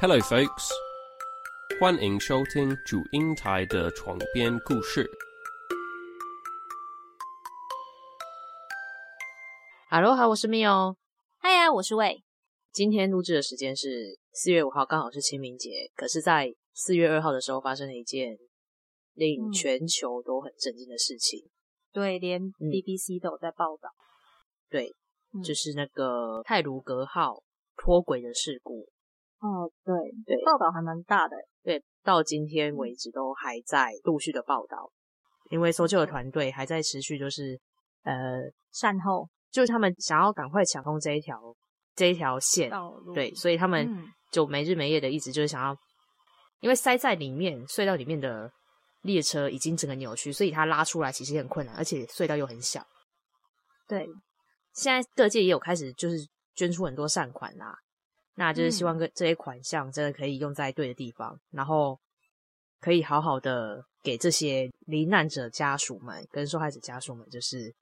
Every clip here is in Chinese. Hello, folks！欢迎收听主英台的床边故事。哈喽，好，我是 Mio。嗨呀，我是魏。今天录制的时间是四月五号，刚好是清明节。可是，在四月二号的时候，发生了一件令嗯全球都很震惊的事情，对，连 BBC 都有在报道。对嗯就是那个泰卢格号脱轨的事故。哦，对对报道还蛮大的。对，到今嗯天为止都还在陆续的报道，因为搜救的团队还在持续，就是呃，善后就是他们想要赶快抢通这一条这一条线，道路对，所以他们嗯就没日没夜的一直就是想要，因为塞在里面隧道里面的列车已经整个扭曲，所以它拉出来其实也很困难，而且隧道又很小。对，现在各界也有开始就是捐出很多善款啦，那就是嗯希望跟这些款项真的可以用在对的地方，然后可以好好的给这些罹难者家属们跟受害者家属们，就是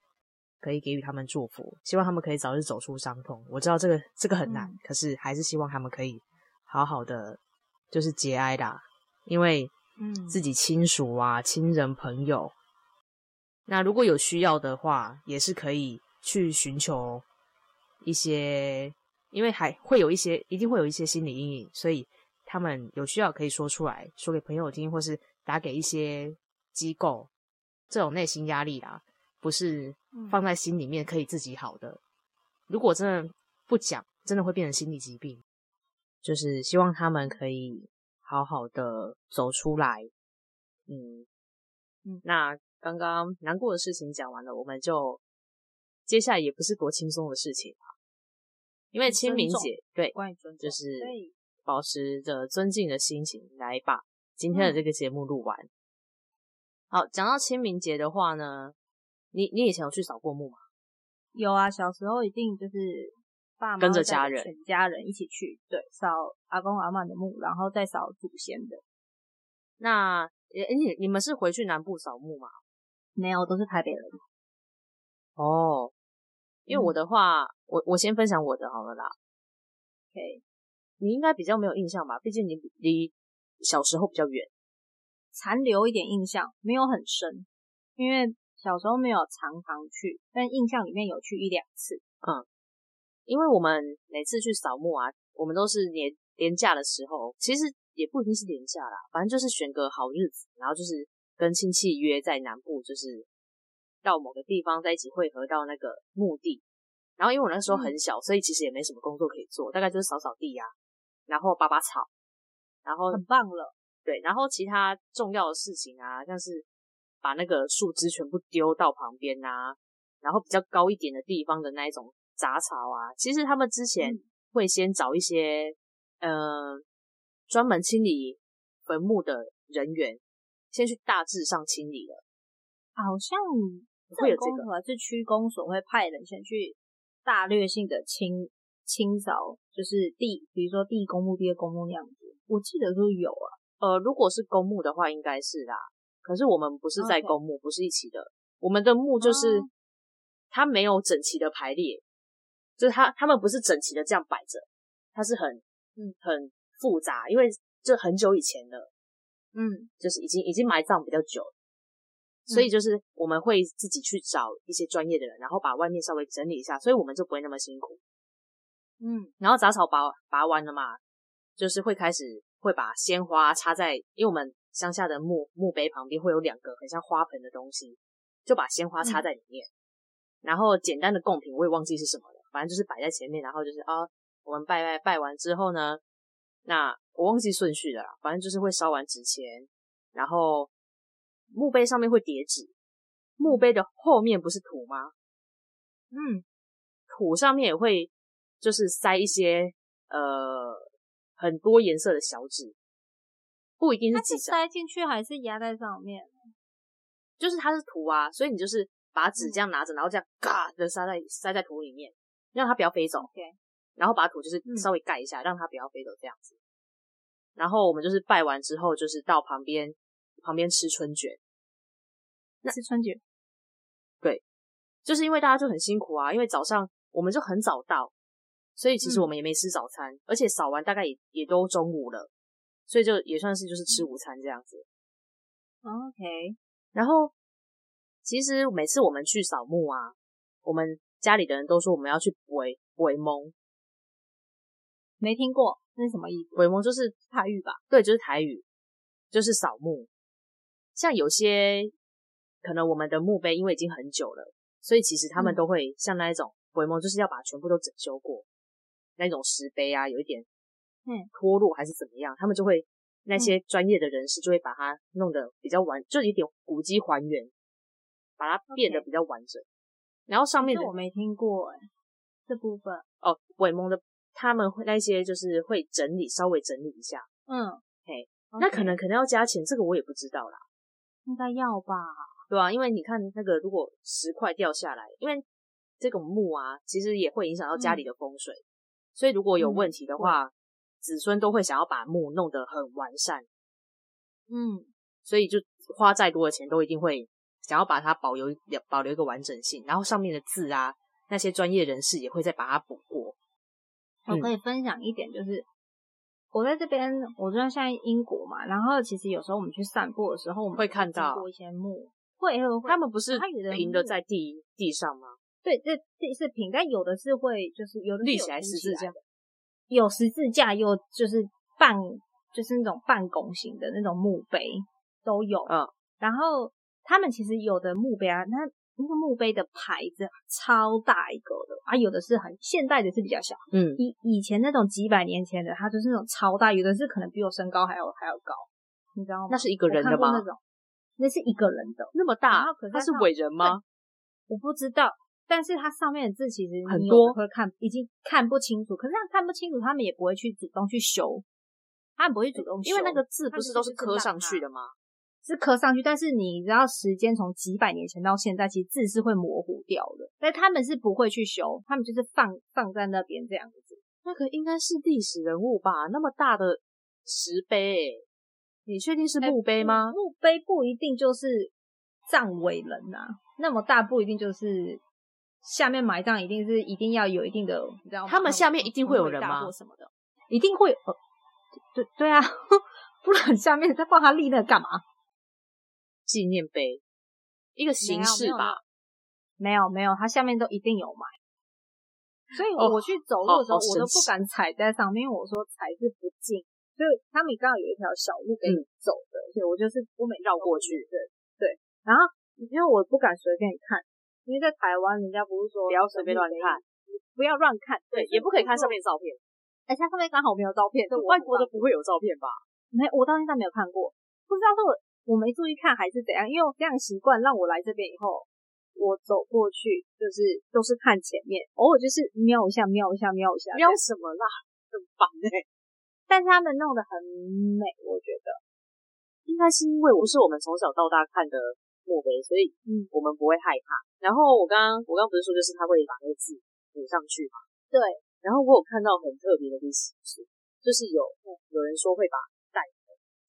可以给予他们祝福，希望他们可以早日走出伤痛。我知道这个这个很难，嗯可是还是希望他们可以好好的就是节哀啦，因为嗯自己亲属啊、亲人朋友，那如果有需要的话，也是可以去寻求一些，因为还会有一些，一定会有一些心理阴影，所以他们有需要可以说出来，说给朋友听，或是打给一些机构，这种内心压力啦，不是嗯放在心里面可以自己好的。如果真的不讲，真的会变成心理疾病。就是希望他们可以好好的走出来。嗯嗯那刚刚难过的事情讲完了，我们就接下来也不是多轻松的事情啊，因为清明嗯尊重节对，关于尊重就是对保持着尊敬的心情来把今天的嗯这个节目录完。好，讲到清明节的话呢，你你以前有去扫过墓吗？有啊，小时候一定就是爸妈跟着会带家人全家人一起去，对，扫阿公阿嬷的墓，然后再扫祖先的。那诶你你们是回去南部扫墓吗？没有，都是台北人。哦，因为我的话，我我先分享我的好了啦。 OK，你应该比较没有印象吧？毕竟你离小时候比较远。残留一点印象，没有很深，因为小时候没有常常去，但印象里面有去一两次。因为我们每次去扫墓啊，我们都是年年假的时候，其实也不一定是年假啦，反正就是选个好日子，然后就是跟亲戚约在南部，就是到某个地方在一起汇合到那个墓地。然后因为我那时候很小，所以其实也没什么工作可以做，大概就是扫扫地呀、然后拔拔草，然后很棒了，对，然后其他重要的事情啊，像是把那个树枝全部丢到旁边啊，然后比较高一点的地方的那一种杂草啊，其实他们之前嗯会先找一些、呃专门清理坟墓的人员，先去大致上清理了，好像会有镇这公个所还是区公所会派人先去大略性的清清扫，就是地，比如说地公墓、第二公墓那样子。我记得都有啊，呃，如果是公墓的话，应该是啦、可是我们不是在 OK 公墓不是一起的。我们的墓就是、哦它没有整齐的排列，就是它它们不是整齐的这样摆着，它是很嗯很复杂，因为就很久以前了，嗯，就是已经已经埋葬比较久了所以嗯就是我们会自己去找一些专业的人，然后把外面稍微整理一下，所以我们就不会那么辛苦。嗯，然后杂草拔拔完了嘛，就是会开始会把鲜花插在，因为我们乡下的墓墓碑旁边会有两个很像花盆的东西，就把鲜花插在里面。然后简单的贡品我也忘记是什么了，反正就是摆在前面，然后就是啊、我们拜拜拜完之后呢，那我忘记顺序了啦，反正就是会烧完纸钱，然后墓碑上面会叠纸，墓碑的后面不是土吗？嗯，土上面也会就是塞一些呃很多颜色的小纸，不一定它是是几张，塞进去还是压在上面？就是它是土啊，所以你就是把纸嗯这样拿着，然后这样嘎的塞在塞在土里面，让它不要飞走 OK，然后把土就是嗯稍微盖一下，让它不要飞走这样子。然后我们就是拜完之后，就是到旁边旁边吃春卷，是春节就是因为大家就很辛苦啊，因为早上我们就很早到，所以其实嗯我们也没吃早餐，而且扫完大概也也都中午了，所以就也算是就是吃午餐这样子。哦 OK，然后其实每次我们去扫墓啊，我们家里的人都说我们要去围围蒙，没听过，那是什么意思？围蒙就是泰语吧？对，就是台语，就是扫墓。像有些可能我们的墓碑因为已经很久了，所以其实他们嗯都会像那一种回眸，就是要把全部都整修过，那种石碑啊，有一点嗯脱落还是怎么样，他们就会那些专业的人士就会把它弄得比较完，就有点古迹还原，把它变得 OK 比较完整。然后上面的这我没听过哎、这部分，哦，伟蒙的他们会那些就是会整理，稍微整理一下。嗯，嘿 OK，那可能可能要加钱，这个我也不知道啦。应该要吧？对啊，因为你看那个，如果石块掉下来，因为这种木啊，其实也会影响到家里嗯的风水，所以如果有问题的话，子孙都会想要把木弄得很完善，嗯，所以就花再多的钱都一定会想要把它保留保留一个完整性，然后上面的字啊，那些专业人士也会再把它补过。我嗯可以分享一点，就是、我在这边，我知道现在英国嘛，然后其实有时候我们去散步的时候，我们会看到经过一些墓，会会会，他们不是它有的平的木在地地上吗？对这这是平，但有的是会就是有的是立有起来凸十字架的，有十字架，又就是半就是那种半拱形的那种墓碑都有，嗯，然后他们其实有的墓碑啊，它那个墓碑的牌子啊超大一个的啊，有的是很现代的是比较小。嗯，以以前那种几百年前的，它就是那种超大，有的是可能比我身高还要还要高，你知道吗？那是一个人的我看过吗那？种，那是一个人的，那么然大后可，是他是它伟人吗？我不知道。但是它上面的字其实很你有多的会看，已经看不清楚。可是他看不清楚，他们也不会去主动去修，他们不会主动修，因为那个字它不就是都是就是刻让上它去的吗？是刻上去，但是你知道时间从几百年前到现在，其实字是会模糊掉的。但他们是不会去修，他们就是放放在那边这样子。那个应该是历史人物吧？那么大的石碑、欸，你确定是墓碑吗？哎墓碑不一定就是葬伟人呐、那么大不一定就是下面埋葬，一定是一定要有一定的，你知道吗？他们下面一定会有人吗他们伟大或什么的，一定会有。呃对对啊， 不然下面他帮他立那个干嘛？纪念碑，一个形式吧？没有没有，它下面都一定有埋。所以哦我去走路的时候，好好我都神不奇敢踩在上面，因为我说踩是不敬。所以他们刚好有一条小路给你嗯走的，所以我就是我每绕过去。对对，然后因为我不敢随便看，因为在台湾人家不是不说要随便乱看，不要乱看，对，也不可以看上面。面照片，而哎且它上面刚好没有照片，所以我外不国知道的不会有照片吧？没，我到现在没有看过，不知道是我我没注意看还是怎样，因为我这样习惯，让我来这边以后，我走过去就是都是看前面，偶尔就是瞄一下，瞄一下，瞄一下，喵什么啦？很烦哎、但是他们弄得很美，我觉得应该是因为不是我们从小到大看的墓碑，所以嗯我们不会害怕。然后我刚刚我刚刚不是说就是他会把那个字补上去嘛？对。然后我有看到很特别的历史是，就是有有人说会把蛋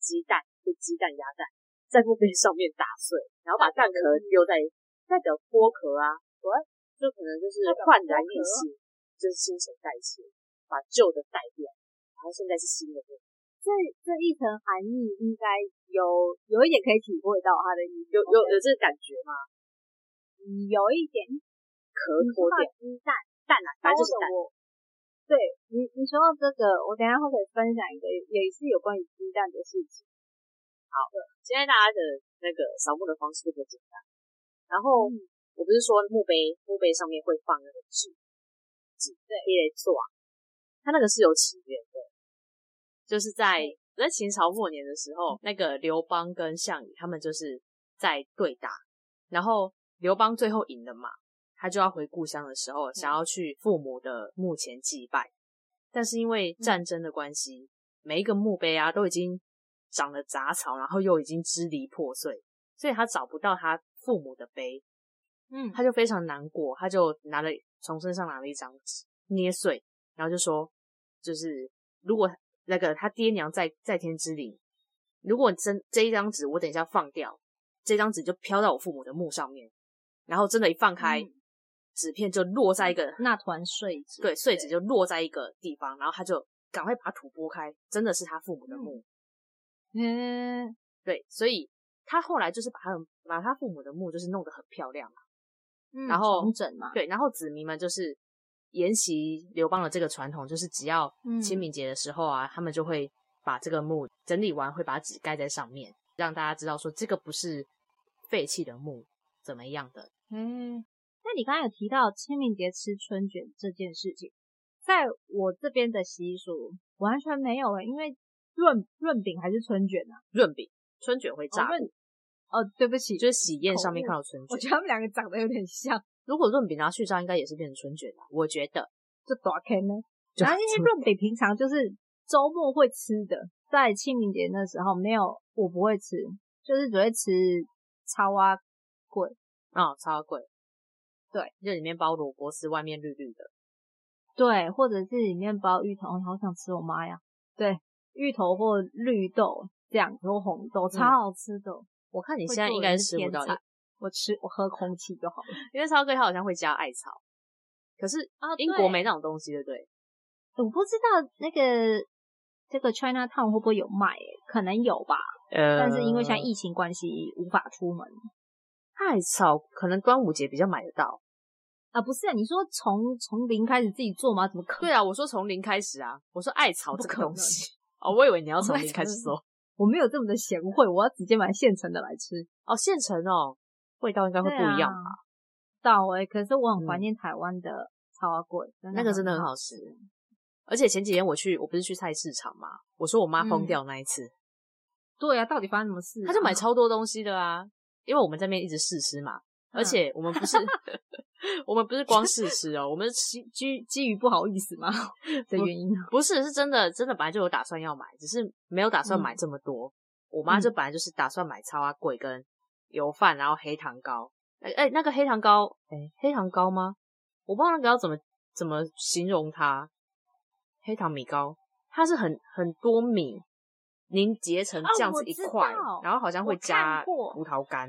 鸡蛋就鸡蛋鸭蛋在墓碑上面打碎，然后把蛋壳嗯丢在代表剥壳啊，我就可能就是代表焕然剥一壳新，就是新陈代谢，把旧的带掉，然后现在是新的。这这一层含义应该有有一点可以体会到它的意思，有有有这个感觉吗？有一点壳你脱说到掉。鸡蛋蛋啊，反反正正就是蛋我。对你，你说到这个，我等一下会可以分享一个也是有关于鸡蛋的事情。现在大家的那个扫墓的方式都比较简单。然后、嗯我不是说墓碑墓碑上面会放那个纸纸贴做，它那个是有起源的，就是在我在秦朝末年的时候，那个刘邦跟项羽他们就是在对打，然后刘邦最后赢了嘛，他就要回故乡的时候，想要去父母的墓前祭拜，但是因为战争的关系，每一个墓碑啊都已经长了杂草，然后又已经支离破碎，所以他找不到他父母的碑，嗯他就非常难过，他就拿了从身上拿了一张纸捏碎，然后就说，就是如果那个他爹娘在在天之灵，如果真这一张纸我等一下放掉，这张纸就飘到我父母的墓上面，然后真的，一放开，嗯纸片就落在一个那团碎纸，对碎纸就落在一个地方，然后他就赶快把土拨开，真的是他父母的墓。嗯，对，所以他后来就是把他们把他父母的墓就是弄得很漂亮嘛。嗯然后重整嘛，对，然后子民们就是沿袭刘邦的这个传统，就是只要清明节的时候啊，他们就会把这个墓整理完，会把纸盖在上面，让大家知道说这个不是废弃的墓，怎么样的。嗯，那你刚才有提到清明节吃春卷这件事情，在我这边的习俗完全没有诶、欸因为润润饼还是春卷啊？润饼、春卷会炸哦过，润哦，对不起，就是喜宴上面口误看到春我卷觉。得他们两个长得有点像，如果润饼拿去炸，应该也是变成春卷了，我觉得。就短 K 呢。就然后因为润饼平常就是周末会吃的，在清明节那时候没有，我不会吃，就是只会吃超啊粿。啊、超贵。对，就里面包萝卜丝，外面绿绿的。对，或者是里面包芋头，好想吃，我妈呀！对，芋头或绿豆这样，或红豆，超好吃的。我嗯看你会现在做应人该是吃不天到，才我吃我喝空气就好了。因为超贵它好像会加艾草，可是啊英国没那种东西，哦对不对？我不知道那个这个 China Town 会不会有卖、欸，可能有吧。呃但是因为现在疫情关系无法出门艾草可能端午节比较买得到。啊，不是、啊、你说从从零开始自己做吗？怎么可能？对啊，我说从零开始啊，我说艾草这不可个能东西。哦，我以为你 要从我零开始说。我没有这么的贤惠，我要直接买现成的来吃，哦，现成哦，味道应该会不一样吧？吧？到哎、可是我很怀嗯念台湾的超阿贵，啊那个真的很好吃。而且前几天我去，我不是去菜市场嘛，我说我妈疯嗯掉那一次，对啊，到底发生什么事、啊他就买，超多东西的啊，因为我们在那边一直试吃嘛，而且我们不是 我们不是光试吃哦，我们是基基基于不好意思 嘛，的原因。不是是真的真的本来就有打算要买，只是没有打算嗯买这么多。我妈就本来就是打算买超阿贵跟油饭，然后黑糖糕。哎、哎、那个黑糖糕，哎、黑糖糕吗？我不知道那个要怎么怎么形容它。黑糖米糕，它是很很多米凝结成这样哦我子一知道块，然后好像会我看加过葡萄干。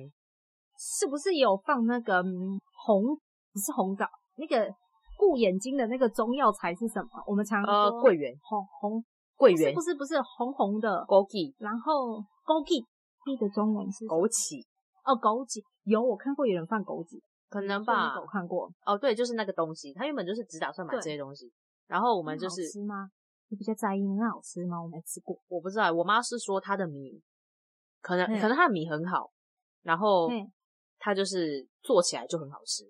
是不是有放那个、嗯红？不是红枣，那个顾眼睛的那个中药材是什么？我们常呃，说桂圆，红红桂不是圆不，是不是红红的，枸杞，然后枸杞，枸杞的中文是什么枸杞，哦枸杞，有我看过有人放枸杞，可能所以吧那个。我看过，哦，对，就是那个东西，他原本就是只打算买对这些东西，然后我我们就是吃吗？你比较在意那好吃吗？我没吃过，我不知道，我妈是说她的米，可能嗯可能她的米很好，然后嗯她就是做起来就很好吃。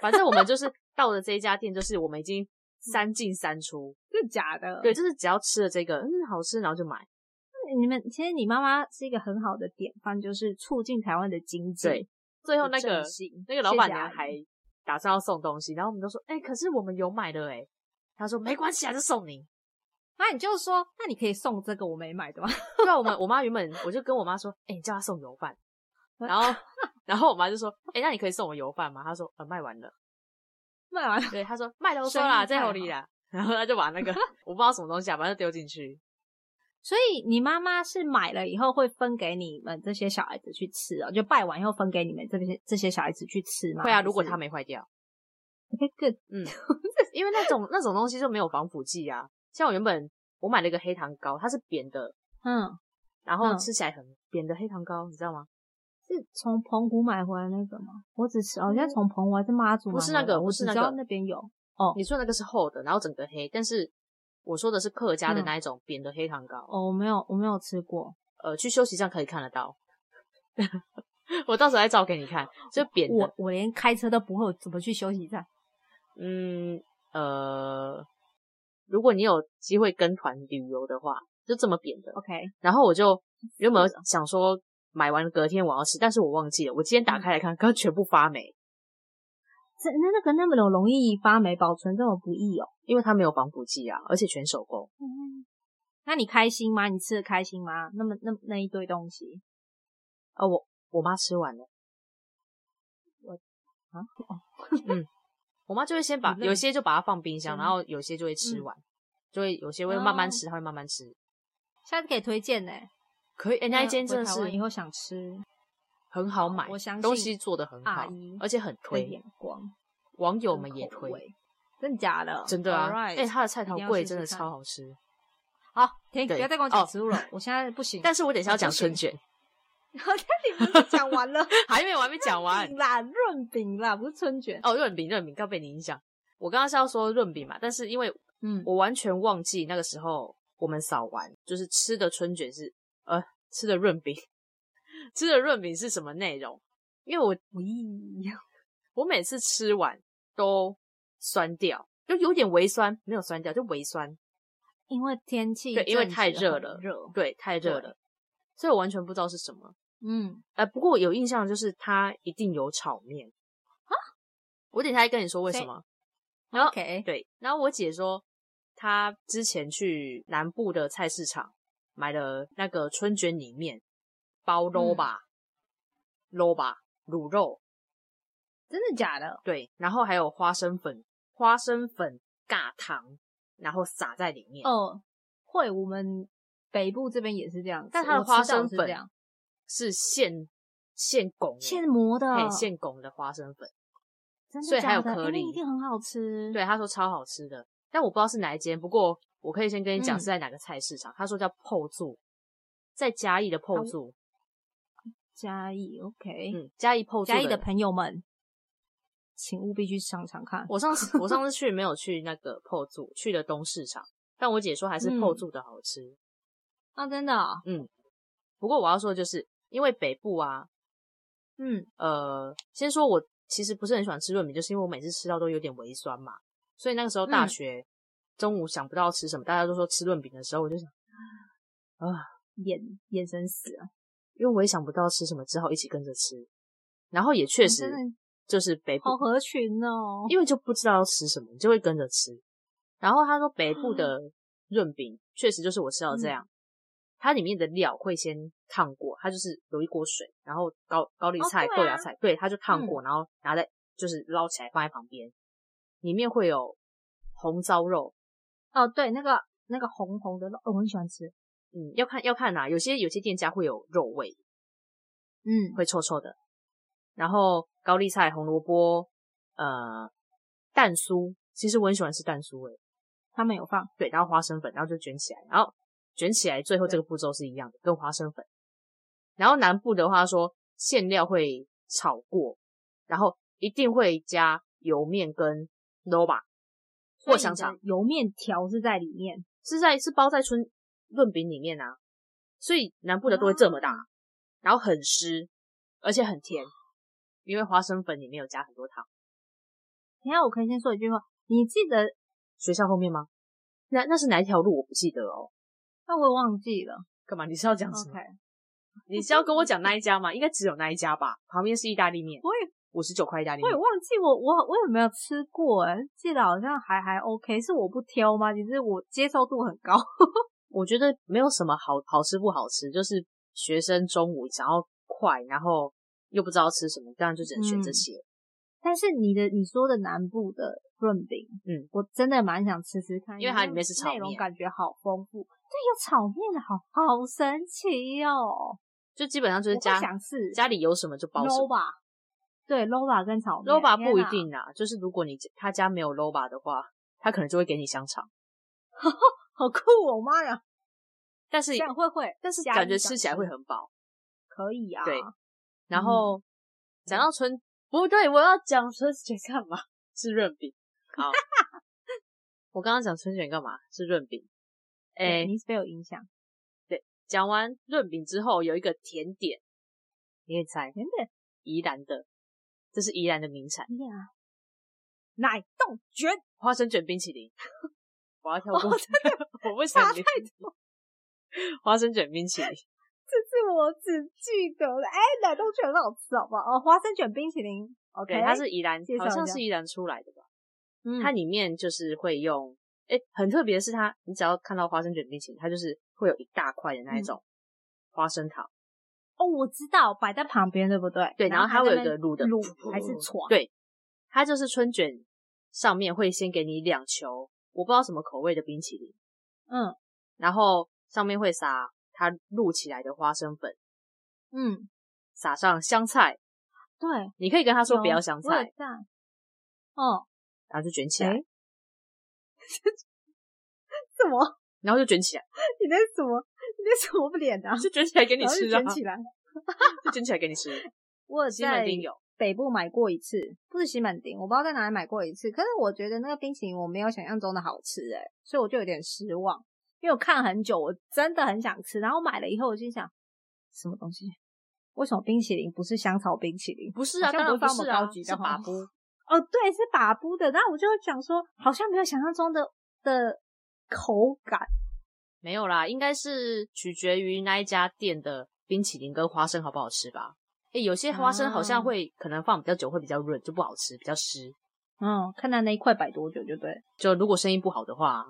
反正我们 就是到了这一家店，就是我们已嗯经三进三出，真的假的？对，，就是只要吃了这个，嗯，好吃，然后就买。你们其实你妈妈是一个很好的典范，就是促进台湾的经济，对最后那个振兴那个老板娘谢谢阿还姨打算要送东西，然后我们都说，哎、可是我们有买的哎、她 说没关系啊，就送你。那你就说，那你可以送这个我没买的吗？ 对啊，我们我妈原本我就跟我妈说，哎、你叫她送油饭，然后 然后我妈就说，哎、那你可以送我油饭吗？她说，呃，卖完了。卖完了对，他说卖都生说意啦，太在好后里啦， 然后他就把那个 我不知道什么东西啊，把它丢进去。所以你妈妈是买了以后会分给你们这些小孩子去吃哦，就拜完以后分给你们这些这些小孩子去吃吗？会啊，如果它他们没坏掉， good，因为那种那种东西就没有防腐剂啊。像我原本我买了一个黑糖糕，它是扁的，嗯，然后嗯吃起来很扁的黑糖糕，你知道吗？是从澎湖买回来那个吗？我只吃，哦，现在从澎湖还是妈祖买回嗯不来？是那个我不只是那知道个那边有。你说那个是厚的，然后整个黑，但是我说的是客家的嗯那一种扁的黑糖糕，哦，我没有，我没有吃过。呃，去休息站可以看得到。 我到时候再照给你看，就扁的我，我连开车都不会，我怎么去休息站？嗯，呃，如果你有机会跟团旅游的话，就这么扁的。 OK，然后我就嗯原本想说买完隔天我要吃，但是我忘记了，我今天嗯打开来看，刚全部发霉，这那那个那么容易发霉，保存这么不易哦。因为它没有防腐剂啊，而且全手工。那你开心吗？你吃的开心吗？那么那那一堆东西，呃，我我妈吃完了，我啊哦，嗯，我妈就会先把你哦嗯那有些就把它放冰箱，嗯然后有些就会吃完，就会有些会慢哦慢吃，她会慢慢吃。下次可以推荐呢、可以，人哎家一间真的回台湾以是后想吃很好买，我相信东西做的很阿好，姨而且很的推。眼光。网友们也推口，味，真假的？真的啊！哎、哎、它的菜头粿真的超好吃。好，停，不对要再跟我讲哦食物了，我现在不行。但是我等一下要讲春卷， 好像你不是讲完 了？还没有，我还没 讲完饼。啦，润饼啦，不是春卷。 哦，润饼，润饼，刚被你影响。我刚刚是要说润饼嘛，但是因为嗯，我完全忘记那个时候我们扫完，就是吃的春卷是呃吃的润饼， 吃的润饼是什么内容？因为我咦，我每次吃完都酸掉，就有点微酸，没有酸掉，就微酸。因为天气对因为正值太热很了热。对，太热对了，所以我完全不知道是什么。嗯，呃，不过我有印象就是它一定有炒面啊。我等一下再跟你说为什所以么。然后 OK 对，然后我姐说，她之前去南部的菜市场买了那个春卷里面包嗯肉吧，肉吧卤肉，真的假的？对，然后还有花生粉，花生粉尬糖，然后撒在里面。哦，会，我们北部这边也是这样子，但它的我花吃到生是粉这样是现现拱的，现嗯磨的，嘿现拱的花生粉。真的所以还有假的颗哎那粒一定很好吃。对，，啊他说超好吃的，但我不知道是哪一间。不过我可以先跟你讲嗯是在哪个菜市场。他说叫破柱，在嘉义的破啊柱，嘉义 OK，嗯，嘉义破柱嘉义的朋友们，请务必去尝尝看。我上次我上次去没有去那个破柱，去了东市场，但我姐说还是嗯破柱的好吃。啊，真的哦，不过我要说的就是，因为北部啊，嗯，呃，先说我其实不是很喜欢吃润饼，就是因为我每次吃到都有点微酸嘛，所以那个时候大嗯学、中午想不到吃什么，大家都说吃润饼的时候，我就想，啊眼眼神死了，因为我也想不到吃什么，只好一起跟着吃。然后也确实哦真的就是北部好，合群哦。因为就不知道要吃什么，你就会跟着吃。然后他说北部的嗯润饼确实就是我吃到这样，它里面的料会先烫过，它就是有一锅水，然后高高丽菜、哦对啊嗯豆芽菜，对，它就烫过，然后拿在就是捞起来放在旁边，里面会有红烧肉，哦，对，那个那个红红的肉，哦我很喜欢吃。嗯，要看要看啦、有些有些店家会有肉味，嗯，会臭臭的。然后高丽菜、红萝卜，呃，蛋酥，其实我很喜欢吃蛋酥诶。他们有放，对，然后花生粉，然后就卷起来，然后卷起来，最后这个步骤是一样的，跟花生粉。然后南部的话说，馅料会炒过，然后一定会加油面跟 no 吧，或香肠，油面条是在里面。是在是包在春润饼里面啊，所以南部的都会这么大，然后很湿，而且很甜，因为花生粉里面有加很多糖。等一下我可以先说一句话，你记得？学校后面吗？那那是哪一条路？我不记得哦。那我忘记了。干嘛？你是要讲什么 OK，你是要跟我讲那一家吗？应该只有那一家吧。旁边是意大利面，我也五十九块意大利我也面。忘记我我我有没有吃过、欸？记得好像还还 OK，是我不挑吗？其实我接受度很高。 我觉得没有什么好好吃不好吃，就是学生中午想要快，然后又不知道吃什么，当然就只能选这些。但是你的你说的南部的润饼，嗯，我真的蛮想吃吃看，因为它里面是炒内容面感觉好丰富，对，有炒面的好好神奇哦，就基本上就是我会家想试家里有什么就包什 l o 么。 b a 对 l o b a 跟炒面 l o b a 天不一哪定啦，就是如果你他家没有 l o b a 的话，他可能就会给你香肠，好酷哦，妈呀，但是这样会会，但是感觉吃起来会很饱。可以啊，对然后讲到春，不对，我要讲春卷干嘛？ 是润饼。好，我刚刚讲春卷干嘛？是润饼。对哎、你是被我影响，讲完润饼之后，有一个甜点，你可以猜，真的宜兰的，这是宜兰的啊名产，呀，奶冻卷 花生卷冰淇淋。我要跳过，哇 我不想哦差太理花生卷冰淇 淋。这是我只记得了，哎、奶冻卷很好吃，好不好？哦，花生卷冰淇淋，OK，对，它是宜兰介，绍好像一下是宜兰出来的吧？嗯它里面就是会用，哎、很特别的是它，你只要看到花生卷冰淇淋，它就是会有一大块的那一种花生糖，哦，我知道，摆在旁边，对不对？对，然后它会有一在个那卤的卤还是床？对，它就是春卷上面会先给你两球，我不知道什么口味的冰淇淋，嗯然后上面会撒它卤起来的花生粉，嗯，撒上香菜，对。你可以跟他说有不要香我有菜，看嗯，然后就卷 起来，诶什么？ 然后就卷起来，你那什么？你那什么脸 啊？就卷起来给你然后就吃啊，卷起来。就卷起来给你吃。我有西门在町有，北部买过一次，不是西门町，我不知道在哪里买过一次。可是我觉得那个冰淇淋我没有想象中的好吃诶、所以我就有点失望。因为我看很久，我真的很想吃，然后买了以后我心想，什么东西？为什么冰淇淋不是香草冰淇淋？不是啊，好像当然不不是是那么啊高，级是的哈把布。哦，对，是把布的。然后我就想说，好像没有想象中的的口感。没有啦，应该是取决于那一家店的冰淇淋跟花生好不好吃吧。诶，有些花生好啊像会、可能放比较久会比较润，就不好吃，比较湿。嗯，看它那一块摆多久就对了。就如果生意不好的话，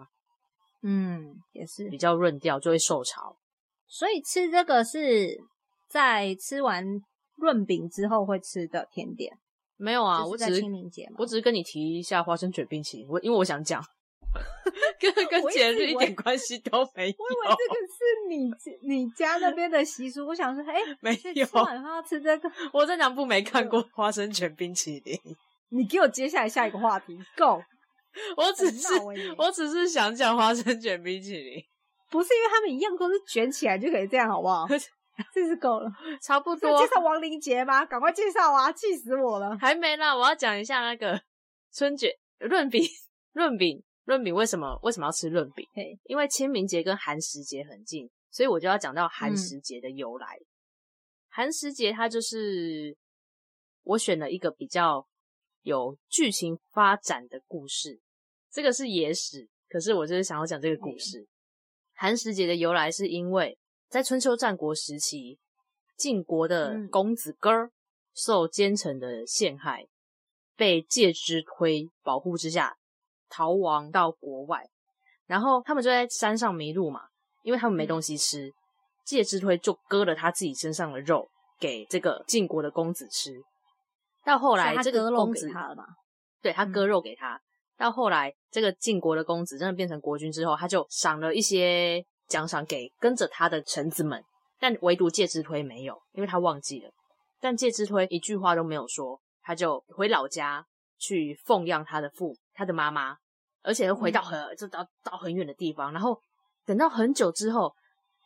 嗯，也是比较润掉就会受潮。所以吃这个是在吃完润饼之后会吃的甜点没有啊，就我是只在是清明节嘛。我只是跟你提一下花生卷冰淇淋，我因为我想讲，跟 跟我一直节日以一为点关系都没有。我以为这个是你你家那边的习俗，我想说，哎、没所以有吃晚饭要吃这个。我在南部没看过花生卷冰淇淋，你给我接下来下一个话题，Go！我 只很是闹欸你我只是想讲花生卷冰淇 淋，不是因为他们一样都是卷起来就可以这样，好不好？这是 够了。差不要多介绍亡灵节吗？赶快介绍啊！气死我了！还没啦，我要讲一下那个 春卷呃润饼，润饼，润饼为什么为什么要吃润饼嘿？因为清明节跟寒食节很近，所以我就要讲到寒食节的由来。寒食节它就是我选了一个比较有剧情发展的故事，这个是野史，可是我就是想要讲这个嗯故事。寒食节的由来是因为在春秋战国时期，晋国的嗯公子哥儿受奸臣的陷害，被介之推保护之下逃亡到国外，然后他们就在山上迷路嘛，因为他们没嗯东西吃，介之推就割了他自己身上的肉给这个晋国的公子吃。到后所以来，他这个割肉公给子他了嘛？对他嗯割肉给他。到后来，这个晋国的公子真的变成国君之后，他就赏了一些奖赏给跟着他的臣子们，但唯独介之推没有，因为他忘记了。但介之推一句话都没有说，他就回老家去奉养他的父他的妈妈，而且回到很、就到到很远的地方，然后等到很久之后，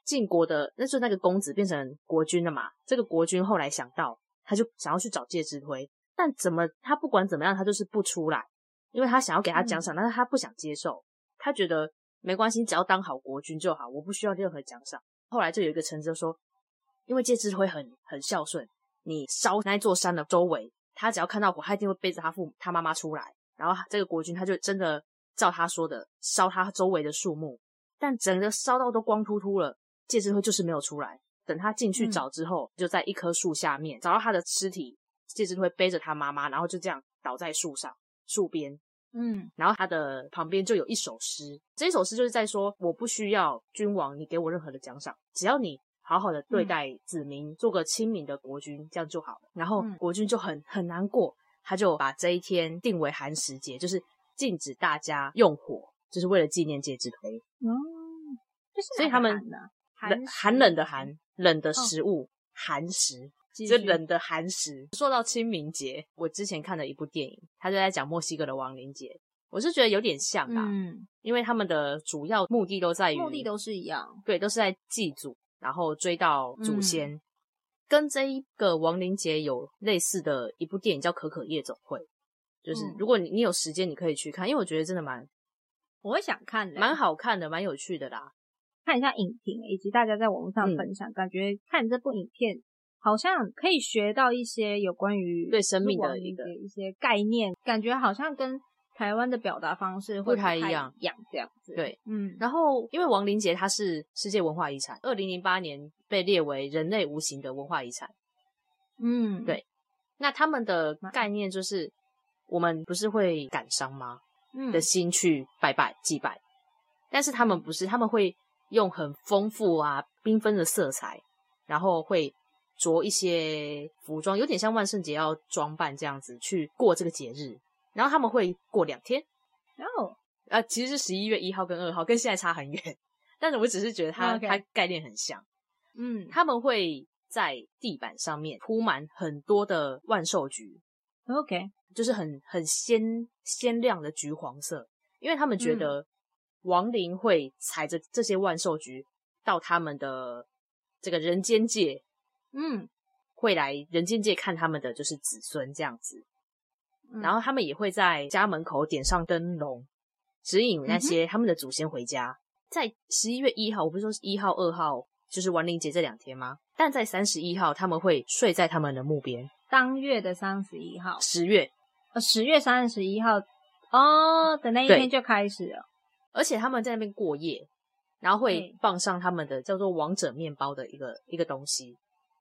晋国的那就那个公子变成国君了嘛。这个国君后来想到，他就想要去找介之推，但怎么他不管怎么样，他就是不出来，因为他想要给他奖赏，但是他不想接受，他觉得没关系，只要当好国君就好，我不需要任何奖赏。后来就有一个臣子就说，因为介之推很很孝顺，你烧那座山的周围，他只要看到火，他一定会背着他父母他妈妈出来。然后这个国君他就真的照他说的烧他周围的树木，但整个烧到都光秃秃了，介之推就是没有出来。等他进去嗯找之后，就在一棵树下面找到他的尸体，介之推背着他妈妈，然后就这样倒在树上树边，嗯然后他的旁边就有一首诗，这首诗就是在说，我不需要君王你给我任何的奖赏，只要你好好的对嗯待子民，做个亲民的国君，这样就好了。然后嗯国君就很很难过，他就把这一天定为寒食节，就是禁止大家用火，就是为了纪念介之推。哦，就是所以哪个他们寒呢冷食哦寒冷的寒，冷的食物，寒食。继这续冷的寒食。说到清明节，我之前看了一部电影，他就在讲墨西哥的亡灵节，我是觉得有点像啦、嗯，因为他们的主要目的都在于目的都是一样。对，都是在祭祖，然后追到嗯祖先。跟这一个亡灵节有类似的一部电影叫《可可夜总会》，就是嗯如果你你有时间，你可以去看，因为我觉得真的蛮我会想看的，蛮好看的，蛮有趣的啦。看一下影评，以及大家在网络上嗯分享，感觉看这部影片好像可以学到一些有关于对生命的亡一灵个节一些概念，感觉好像跟台湾的表达方式会不太一一样，这样子。对，嗯，然后，因为亡灵节它是世界文化遗产，二零零八年被列为人类无形的文化遗产。嗯，对那他们的蛮概念就是，我们不是会感伤吗？嗯的心去拜拜祭拜，但是他们不是，他们会用很丰富啊缤纷的色彩，然后会着一些服装，有点像万圣节要装扮这样子去过这个节日。然后他们会过两天，然后呃，其实是十一月一号跟二号，跟现在差很远，但是我只是觉得它 OK 它概念很像。嗯，他们会在地板上面铺满很多的万寿菊， OK，就是很很鲜鲜亮的橘黄色，因为他们觉得亡灵会踩着这些万寿菊到他们的这个人间界，嗯，会来人间界看他们的就是子孙这样子，嗯然后他们也会在家门口点上灯笼，指引那些他们的祖先回家。在十一月一号，我不是说一号、二号就是亡灵节这两天吗？但在三十一号，他们会睡在他们的墓边。当月的三十一号，十月，呃，十月三十一号哦的那一对天就开始了。而且他们在那边过夜，然后会嗯放上他们的叫做王者面包的一个一个东西。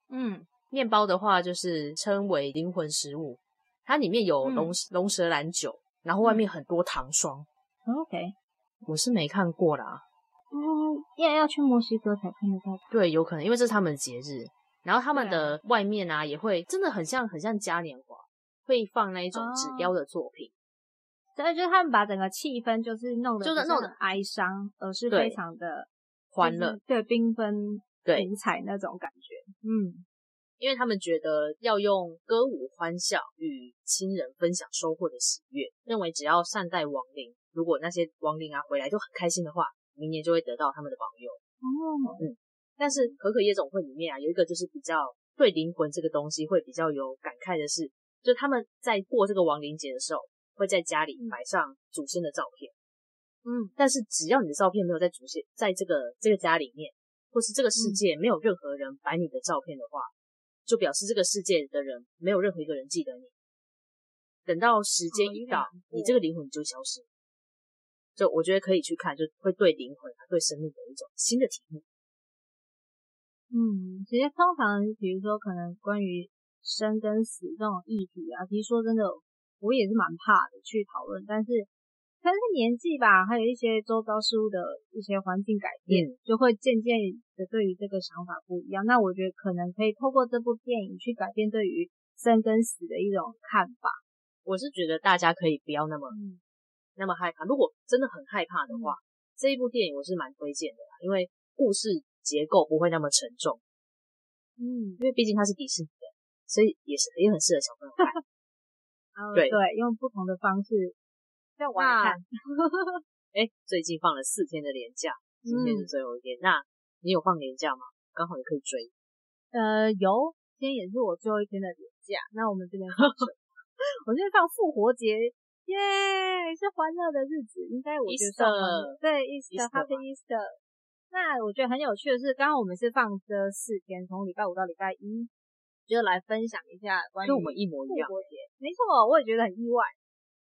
嗯，面包的话就是称为灵魂食物，它里面有嗯龙、龙舌兰酒，然后外面很多糖霜。 OK，我是没看过啦，嗯，要要去墨西哥才看得到。对，有可能因为这是他们的节日，然后他们对啊的外面啊也会真的很像很像嘉年华，会放那一种哦嗯纸雕的作品。所以就是他们把整个气氛就是弄得就是不弄很得哀伤，而是对非常的欢乐，就是对缤纷对五彩那种感觉。嗯，因为他们觉得要用歌舞欢笑与亲人分享收获的喜悦，认为只要善待亡灵，如果那些亡灵啊回来就很开心的话，明年就会得到他们的保佑。哦，但是可可夜总会里面啊，有一个就是比较对灵魂这个东西会比较有感慨的是，就他们在过这个亡灵节的时候，会在家里摆上祖先的照片。嗯，但是只要你的照片没有在祖先在这个这个家里面，或是这个世界没有任何人摆你的照片的话，就表示这个世界的人没有任何一个人记得你。等到时间哦一有点到难，过你这个灵魂就消失了。就我觉得可以去看，就会对灵魂啊、对生命有一种新的体悟。嗯，其实通常比如说可能关于生跟死这种议题啊，其实说真的，我也是蛮怕的去讨论，但是可能是年纪吧，还有一些周遭事物的一些环境改变，嗯就会渐渐的对于这个想法不一样。那我觉得可能可以透过这部电影去改变对于生跟死的一种看法。我是觉得大家可以不要那么嗯那么害怕。如果真的很害怕的话，这一部电影我是蛮推荐的啦，因为故事结构不会那么沉重，嗯，因为毕竟它是迪士尼的，所以也是也很适合小朋友看。然后对呃对，用不同的方式再玩一看。哎，最近放了四天的连假，今嗯天是最后一天，那你有放连假吗？刚好也可以追。呃，有，今天也是我最后一天的年假，那我们这边放水 我这边放复活节，耶，是欢乐的日子，应该我觉得算欢乐 Easter 对 Easter Easter Happy Easter。那我觉得很有趣的是，刚刚我们是放这四天，从礼拜五到礼拜一，就来分享一下关于跟我们一模一复样，活节。没错，我也觉得很意外。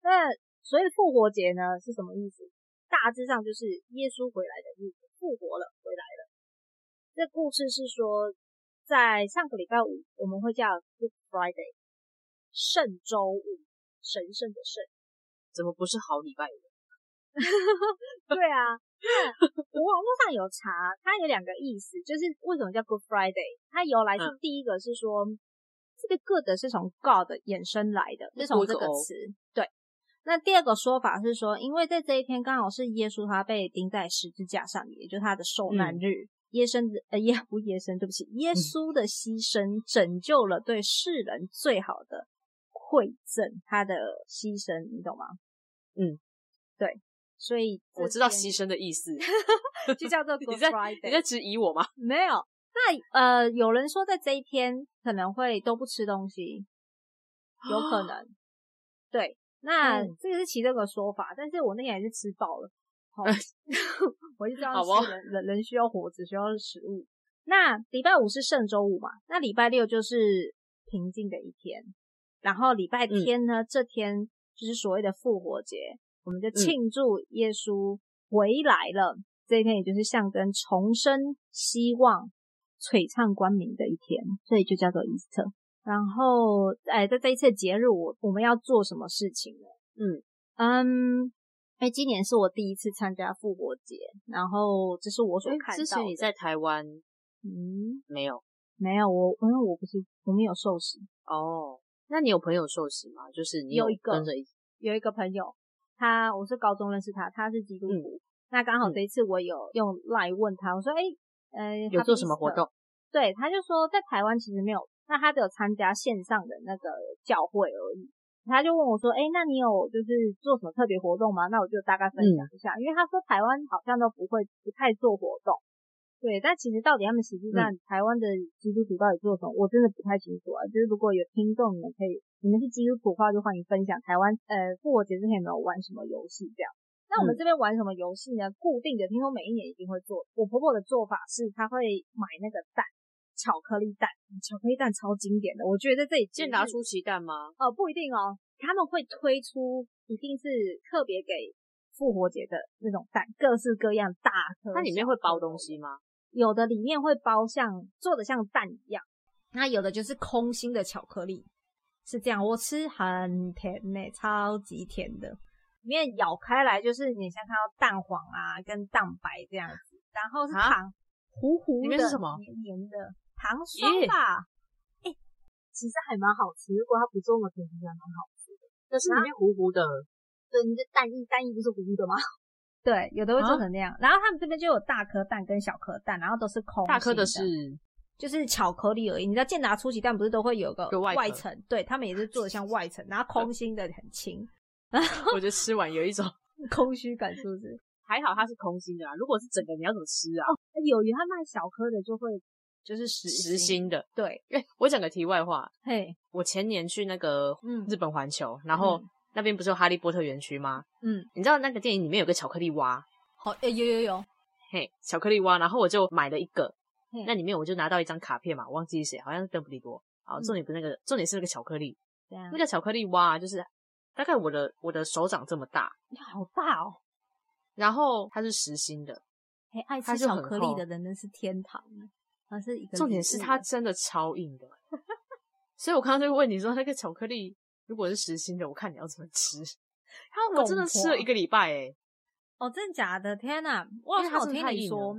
那所以复活节呢是什么意思？大致上就是耶稣回来的日子，复活了，回来了。这故事是说，在上个礼拜五我们会叫 Good Friday，圣周五，神圣的圣。怎么不是好礼拜五？对啊，那我网络上有查，它有两个意思，就是为什么叫 Good Friday？它由来是嗯第一个是说，这个 good 是从 God 衍生来的，是从这个 Good 哦词。对。那第二个说法是说，因为在这一天刚好是耶稣他被钉在十字架上，也就是他的受难日。耶稣的呃耶不耶稣，对不起，耶稣的牺牲拯救了对世人最好的馈赠，他的牺牲，你懂吗？嗯，对，所以这我知道天牺牲的意 思，就叫做你 Good 在 Friday。你在质疑我吗？没有？那呃，有人说在这一天可能会都不吃东西，有可能。对，那、啊嗯这个是其中一个说法，但是我那天还是吃饱了。好， 我就知道好哦是人人人需要活，只需要食物。那礼拜五是圣周五嘛？那礼拜六就是平静的一天，然后礼拜嗯天呢，这天就是所谓的复活节，嗯我们就庆祝耶稣回来了。这一天也就是象征重生、希望、璀璨光明的一天，所以就叫做 Easter。然后，哎，在这一次节日，我我们要做什么事情呢？嗯嗯，哎，今年是我第一次参加复活节，然后这是我所看到的。哎之前你在台湾嗯，没有没有我，因为我不是我们有受洗，哦？那你有朋友受洗吗？就是你有一个跟着一起有一个朋友，他我是高中认识他，他是基嗯督徒。那刚好这一次我有用赖问他，我说：“哎、呃，有 Happy 做什么活 Easter 动？对，他就说在台湾其实没有，那他只有参加线上的那个教会而已。他就问我说：“哎、那你有就是做什么特别活动吗？”那我就大概分享一下，因为他说台湾好像都不会不太做活动，对。但其实到底他们实际上、台湾的基督徒到底做什么，我真的不太清楚啊。就是如果有听众，你们可以，你们是基督徒的话，就欢迎分享台湾呃复活节之前有没有玩什么游戏这样。那我们嗯这边玩什么游戏呢？固定的，听说每一年一定会做。我婆婆的做法是，她会买那个蛋，巧克力蛋，嗯巧克力蛋超经典的，我觉得这里健达出奇蛋吗？哦，不一定哦，他们会推出一定是特别给复活节的那种蛋，各式各样大颗。它里面会包东，西吗？有的里面会包像做的像蛋一样，那有的就是空心的巧克力，是这样，我吃很甜呢、超级甜的，里面咬开来就是你像看到蛋黄啊跟蛋白这样子，然后是啊糖糊糊的，里面是什么黏黏的糖霜耶吧？其实还蛮好吃。如果它不做那么甜，其实还蛮好吃的。可是里面糊糊的，对，你的蛋液蛋液不是糊糊的 吗？对，有的会啊做成那样。然后他们这边就有大颗蛋跟小颗蛋，然后都是空大颗心的的是就是巧克力而已。你知道健达出奇蛋不是都会有个有外层层？对他们也是做的像外层，然后空心的很轻， 我觉得吃完有一种空虚感是不是？还好它是空心的啊，如果是整个你要怎么吃啊？有有它卖小颗的就会就是哦实实心的。对，哎、我讲个题外话，嘿，我前年去那个嗯日本环球，然后嗯那边不是有哈利波特园区吗？嗯，你知道那个电影里面有个巧克力蛙，好，呃有有有，嘿，巧克力蛙，然后我就买了一个嘿，那里面我就拿到一张卡片嘛，忘记是谁，好像是邓布利多。啊，嗯重点不是那个，重点是那个巧克力，这样那个巧克力蛙啊就是大概我的我的手掌这么大，好大哦。然后它是实心的，哎，爱它吃是巧很克力厚的人真是天堂啊！它是一个重礼点是物它欸真的超硬的，所以我刚刚就问你说那个巧克力如果是实心的，我看你要怎么吃。它我真的拱吃了破一个礼拜诶、哦，真的假的？天哪！我好因为像它有真的听太你硬说，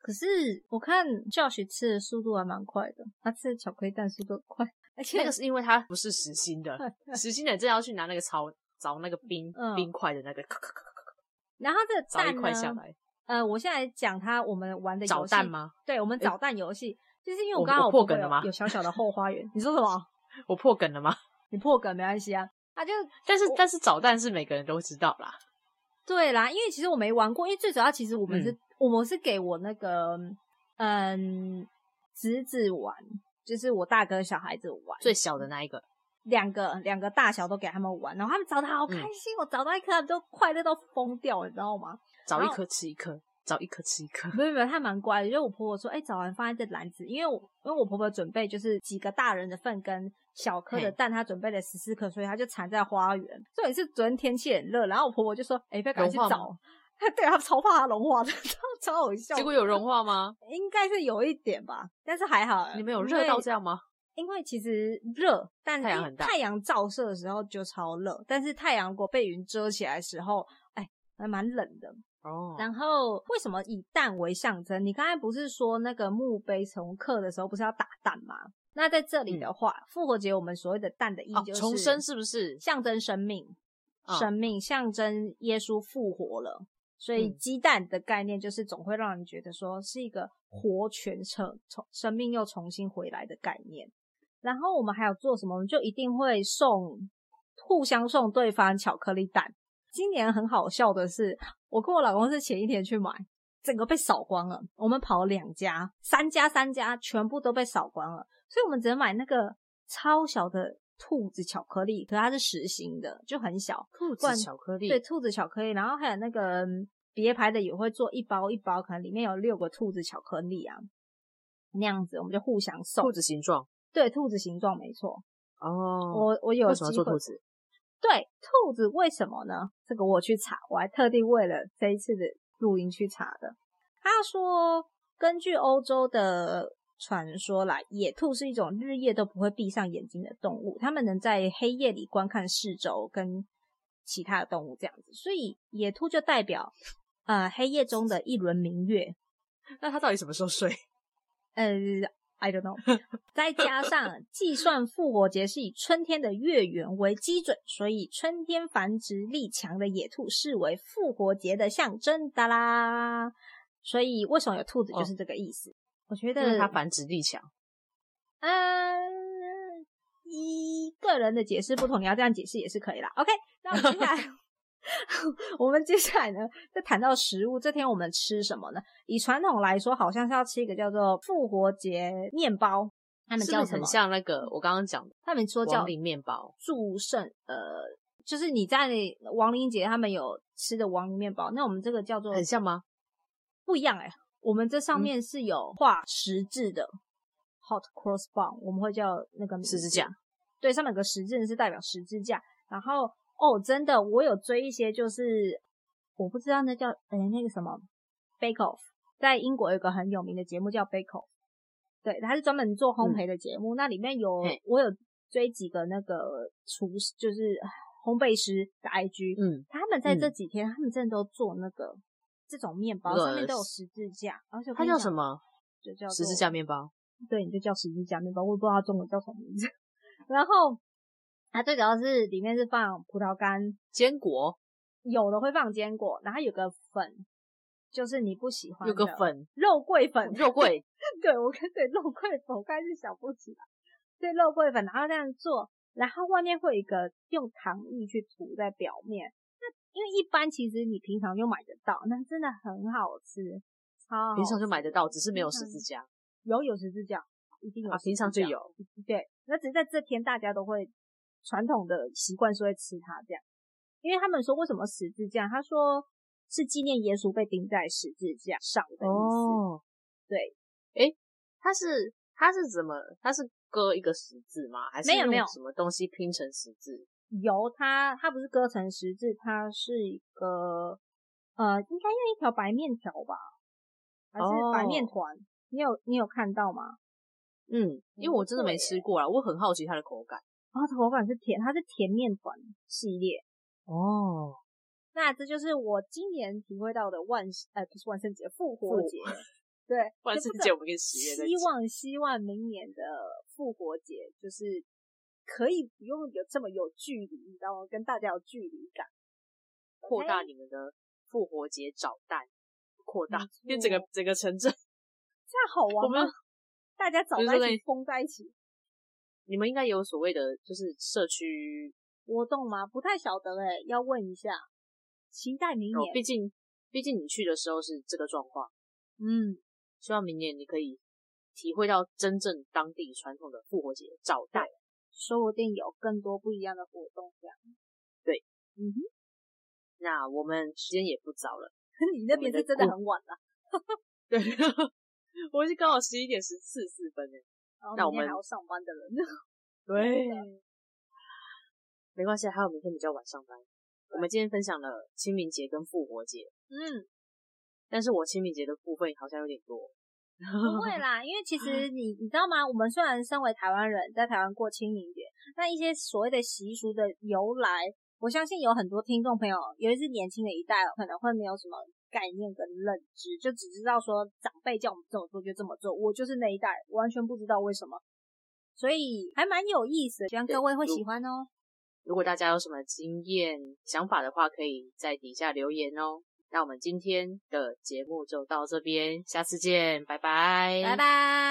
可是我看 Josh 吃的速度还蛮快的，他吃巧克力蛋速度很快，而且 那个是因为它不是实心的，实心的真的要去拿那个槽凿那个冰、嗯冰块的那个，咔咔咔咔然后这个凿蛋一呢？块下来，呃，我现在讲他我们玩的游找戏蛋？吗？对，我们找蛋游戏，就是因为我我刚我好破婆婆梗了有吗有小 小的后花园。你说什么？我破梗了吗？你破梗没关系啊，他就但是但是找蛋是每个人都知道啦，对啦，因为其实我没玩过，因为最主要其实我们嗯是、我们是给我那个嗯侄子玩，就是我大哥小孩子玩，最小的那一个，两个两个大小都给他们玩，然后他们找的好开嗯心，我找到一颗他们都快乐到疯掉，你知道吗？找一然后颗吃一颗，找一颗吃一颗，没有没有，他蛮乖的。就我婆婆说，哎、早晚放在这篮子，因为我因为我婆婆准备就是几个大人的份跟小颗的嘿蛋，她准备了十四颗，所以她就藏在花园。重点是昨天天气很热，然后我婆婆就说，哎、不要赶快去融化找。对，她超怕它融化的， 超超好笑。结果有融化吗？应该是有一点吧，但是还好。你们有热到这样？样吗？因为其实热，但太阳因很大太阳照射的时候就超热，但是太阳如果被云遮起来的时候，哎，还蛮冷的。哦，然后为什么以蛋为象征？你刚才不是说那个墓碑重刻的时候不是要打蛋吗？那在这里的话，复活节我们所谓的蛋的意义嗯哦就是、重生是不是象征生命？嗯生命象征耶稣复活了，所以嗯鸡蛋的概念就是总会让人觉得说是一个活全彻从生命又重新回来的概念。然后我们还有做什么？我们就一定会送互相送对方巧克力蛋。今年很好笑的是，我跟我老公是前一天去买，整个被扫光了。我们跑了两家、三家、三家，全部都被扫光了，所以我们只能买那个超小的兔子巧克力，可是它是实心的，就很小。兔不子然巧克力，对，兔子巧克力，然后还有那个嗯别牌的也会做一包一包，可能里面有六个兔子巧克力啊，那样子我们就互相送兔。子形状对，兔子形状没错。哦。我我有为什么要机做会兔子？对，兔子为什么呢？这个我去查，我还特地为了这一次的录音去查的。他说，根据欧洲的传说啦，野兔是一种日夜都不会闭上眼睛的动物，它们能在黑夜里观看四周跟其他的动物这样子，所以野兔就代表呃黑夜中的一轮明月。那它到底什么时候睡？呃，I don't know。再加上计算复活节是以春天的月圆为基准，所以春天繁殖力强的野兔视为复活节的象征。哒啦，所以为什么有兔子哦就是这个意思。我因觉为得它繁殖力强。嗯，啊一个人的解释不同，你要这样解释也是可以啦。OK，那我们接下来， 我们接下来呢，再谈到食物。这天我们吃什么呢？以传统来说，好像是要吃一个叫做复活节面包，他们是不叫是什么？嗯很像那个我刚刚讲的他们说叫王林面包，祝圣，呃，就是你在亡灵节他们有吃的亡灵面包，那我们这个叫做很像吗？不一样哎、我们这嗯上面是有画十字的、hot cross bun，我们会叫那个名字十字架。对，上面有个十字是代表十字架。然后哦，真的，我有追一些，就是我不知道那叫哎那个什么 Bake Off，在英国有个很有名的节目叫 Bake Off，对，它是专门做烘焙的节目。那里面有嗯嘿我有追几个那个厨师，就是烘焙师的 IG，、嗯，他们在这嗯几天，他们真的都做那个这种面包，那个上面都有十字架，而且我它跟你叫讲什？么？就叫做十字架面包。对，你就叫十字架面包，我也不知道它中文叫什么名字。 然后它最主要是里面是放葡萄干，坚果有的会放坚果，然后有个粉，就是你不喜欢的有个粉，肉桂粉，肉桂对我跟对肉桂粉，我刚才是想不起来，对肉桂粉，然后这样做，然后外面会有一个用糖液去涂在表面。那因为一般其实你平常就买得到，那真的很好吃，超好平常就吃买得到，只是没有哦平常十字架有有十字架，一定有啊，十平常字就架有。对，那只是在这天大家都会传统的习惯是会吃它这样，因为他们说为什么十字架，他说是纪念耶稣被钉在十字架上的意思。哦，对，诶，它是它是怎么？它是割一个十字吗？还是没有用没有什么东西拼成十字？嗯由它它不是割成十字，它是一个呃，应该用一条白面条吧，还是白面哦团？你有你有看到吗？嗯，因为我真的没吃过啊，我很好奇它的口感。啊，口感是甜，它是甜面团系列。哦，那这就是我今年体会到的万呃不是万圣节复活复节，对 万就圣不节可我们跟十月在希望希望明年的复活节就是可以不用有这么有距离，你知道吗？跟大家有距离感。扩大 OK 你们的复活节找蛋，扩大没错变整个整个城镇， 这样好我玩们吗？大家早就是在在一起封在一起你们应该有所谓的就是社区活动吗？不太晓得哎、要问一下。期待明哦，毕年，竟毕竟你去的时候是这个状况，嗯，希望明年你可以体会到真正当地传统的复活节找蛋。说不定有更多不一样的活动这样。 对，嗯哼，那我们时间也不早了，你那边是真的很晚了。对， 我是刚好十一点十四四分诶。然后那我明天们还要上班的人。 对， 没关系，还有明天比较晚上班。我们今天分享了清明节跟复活节，嗯，但是我清明节的部分好像有点多。 不会啦，因为其实你你知道吗？我们虽然身为台湾人，在台湾过清明节，那一些所谓的习俗的由来，我相信有很多听众朋友，尤其是年轻的一代，哦可能会没有什么概念跟认知，就只知道说长辈叫我们这么做就这么做。我就是那一代，我完全不知道为什么，所以还蛮有意思的，希望各位会喜欢哦。如果大家有什么经验、想法的话，可以在底下留言哦。那我们今天的节目就到这边，下次见，拜拜，拜。拜。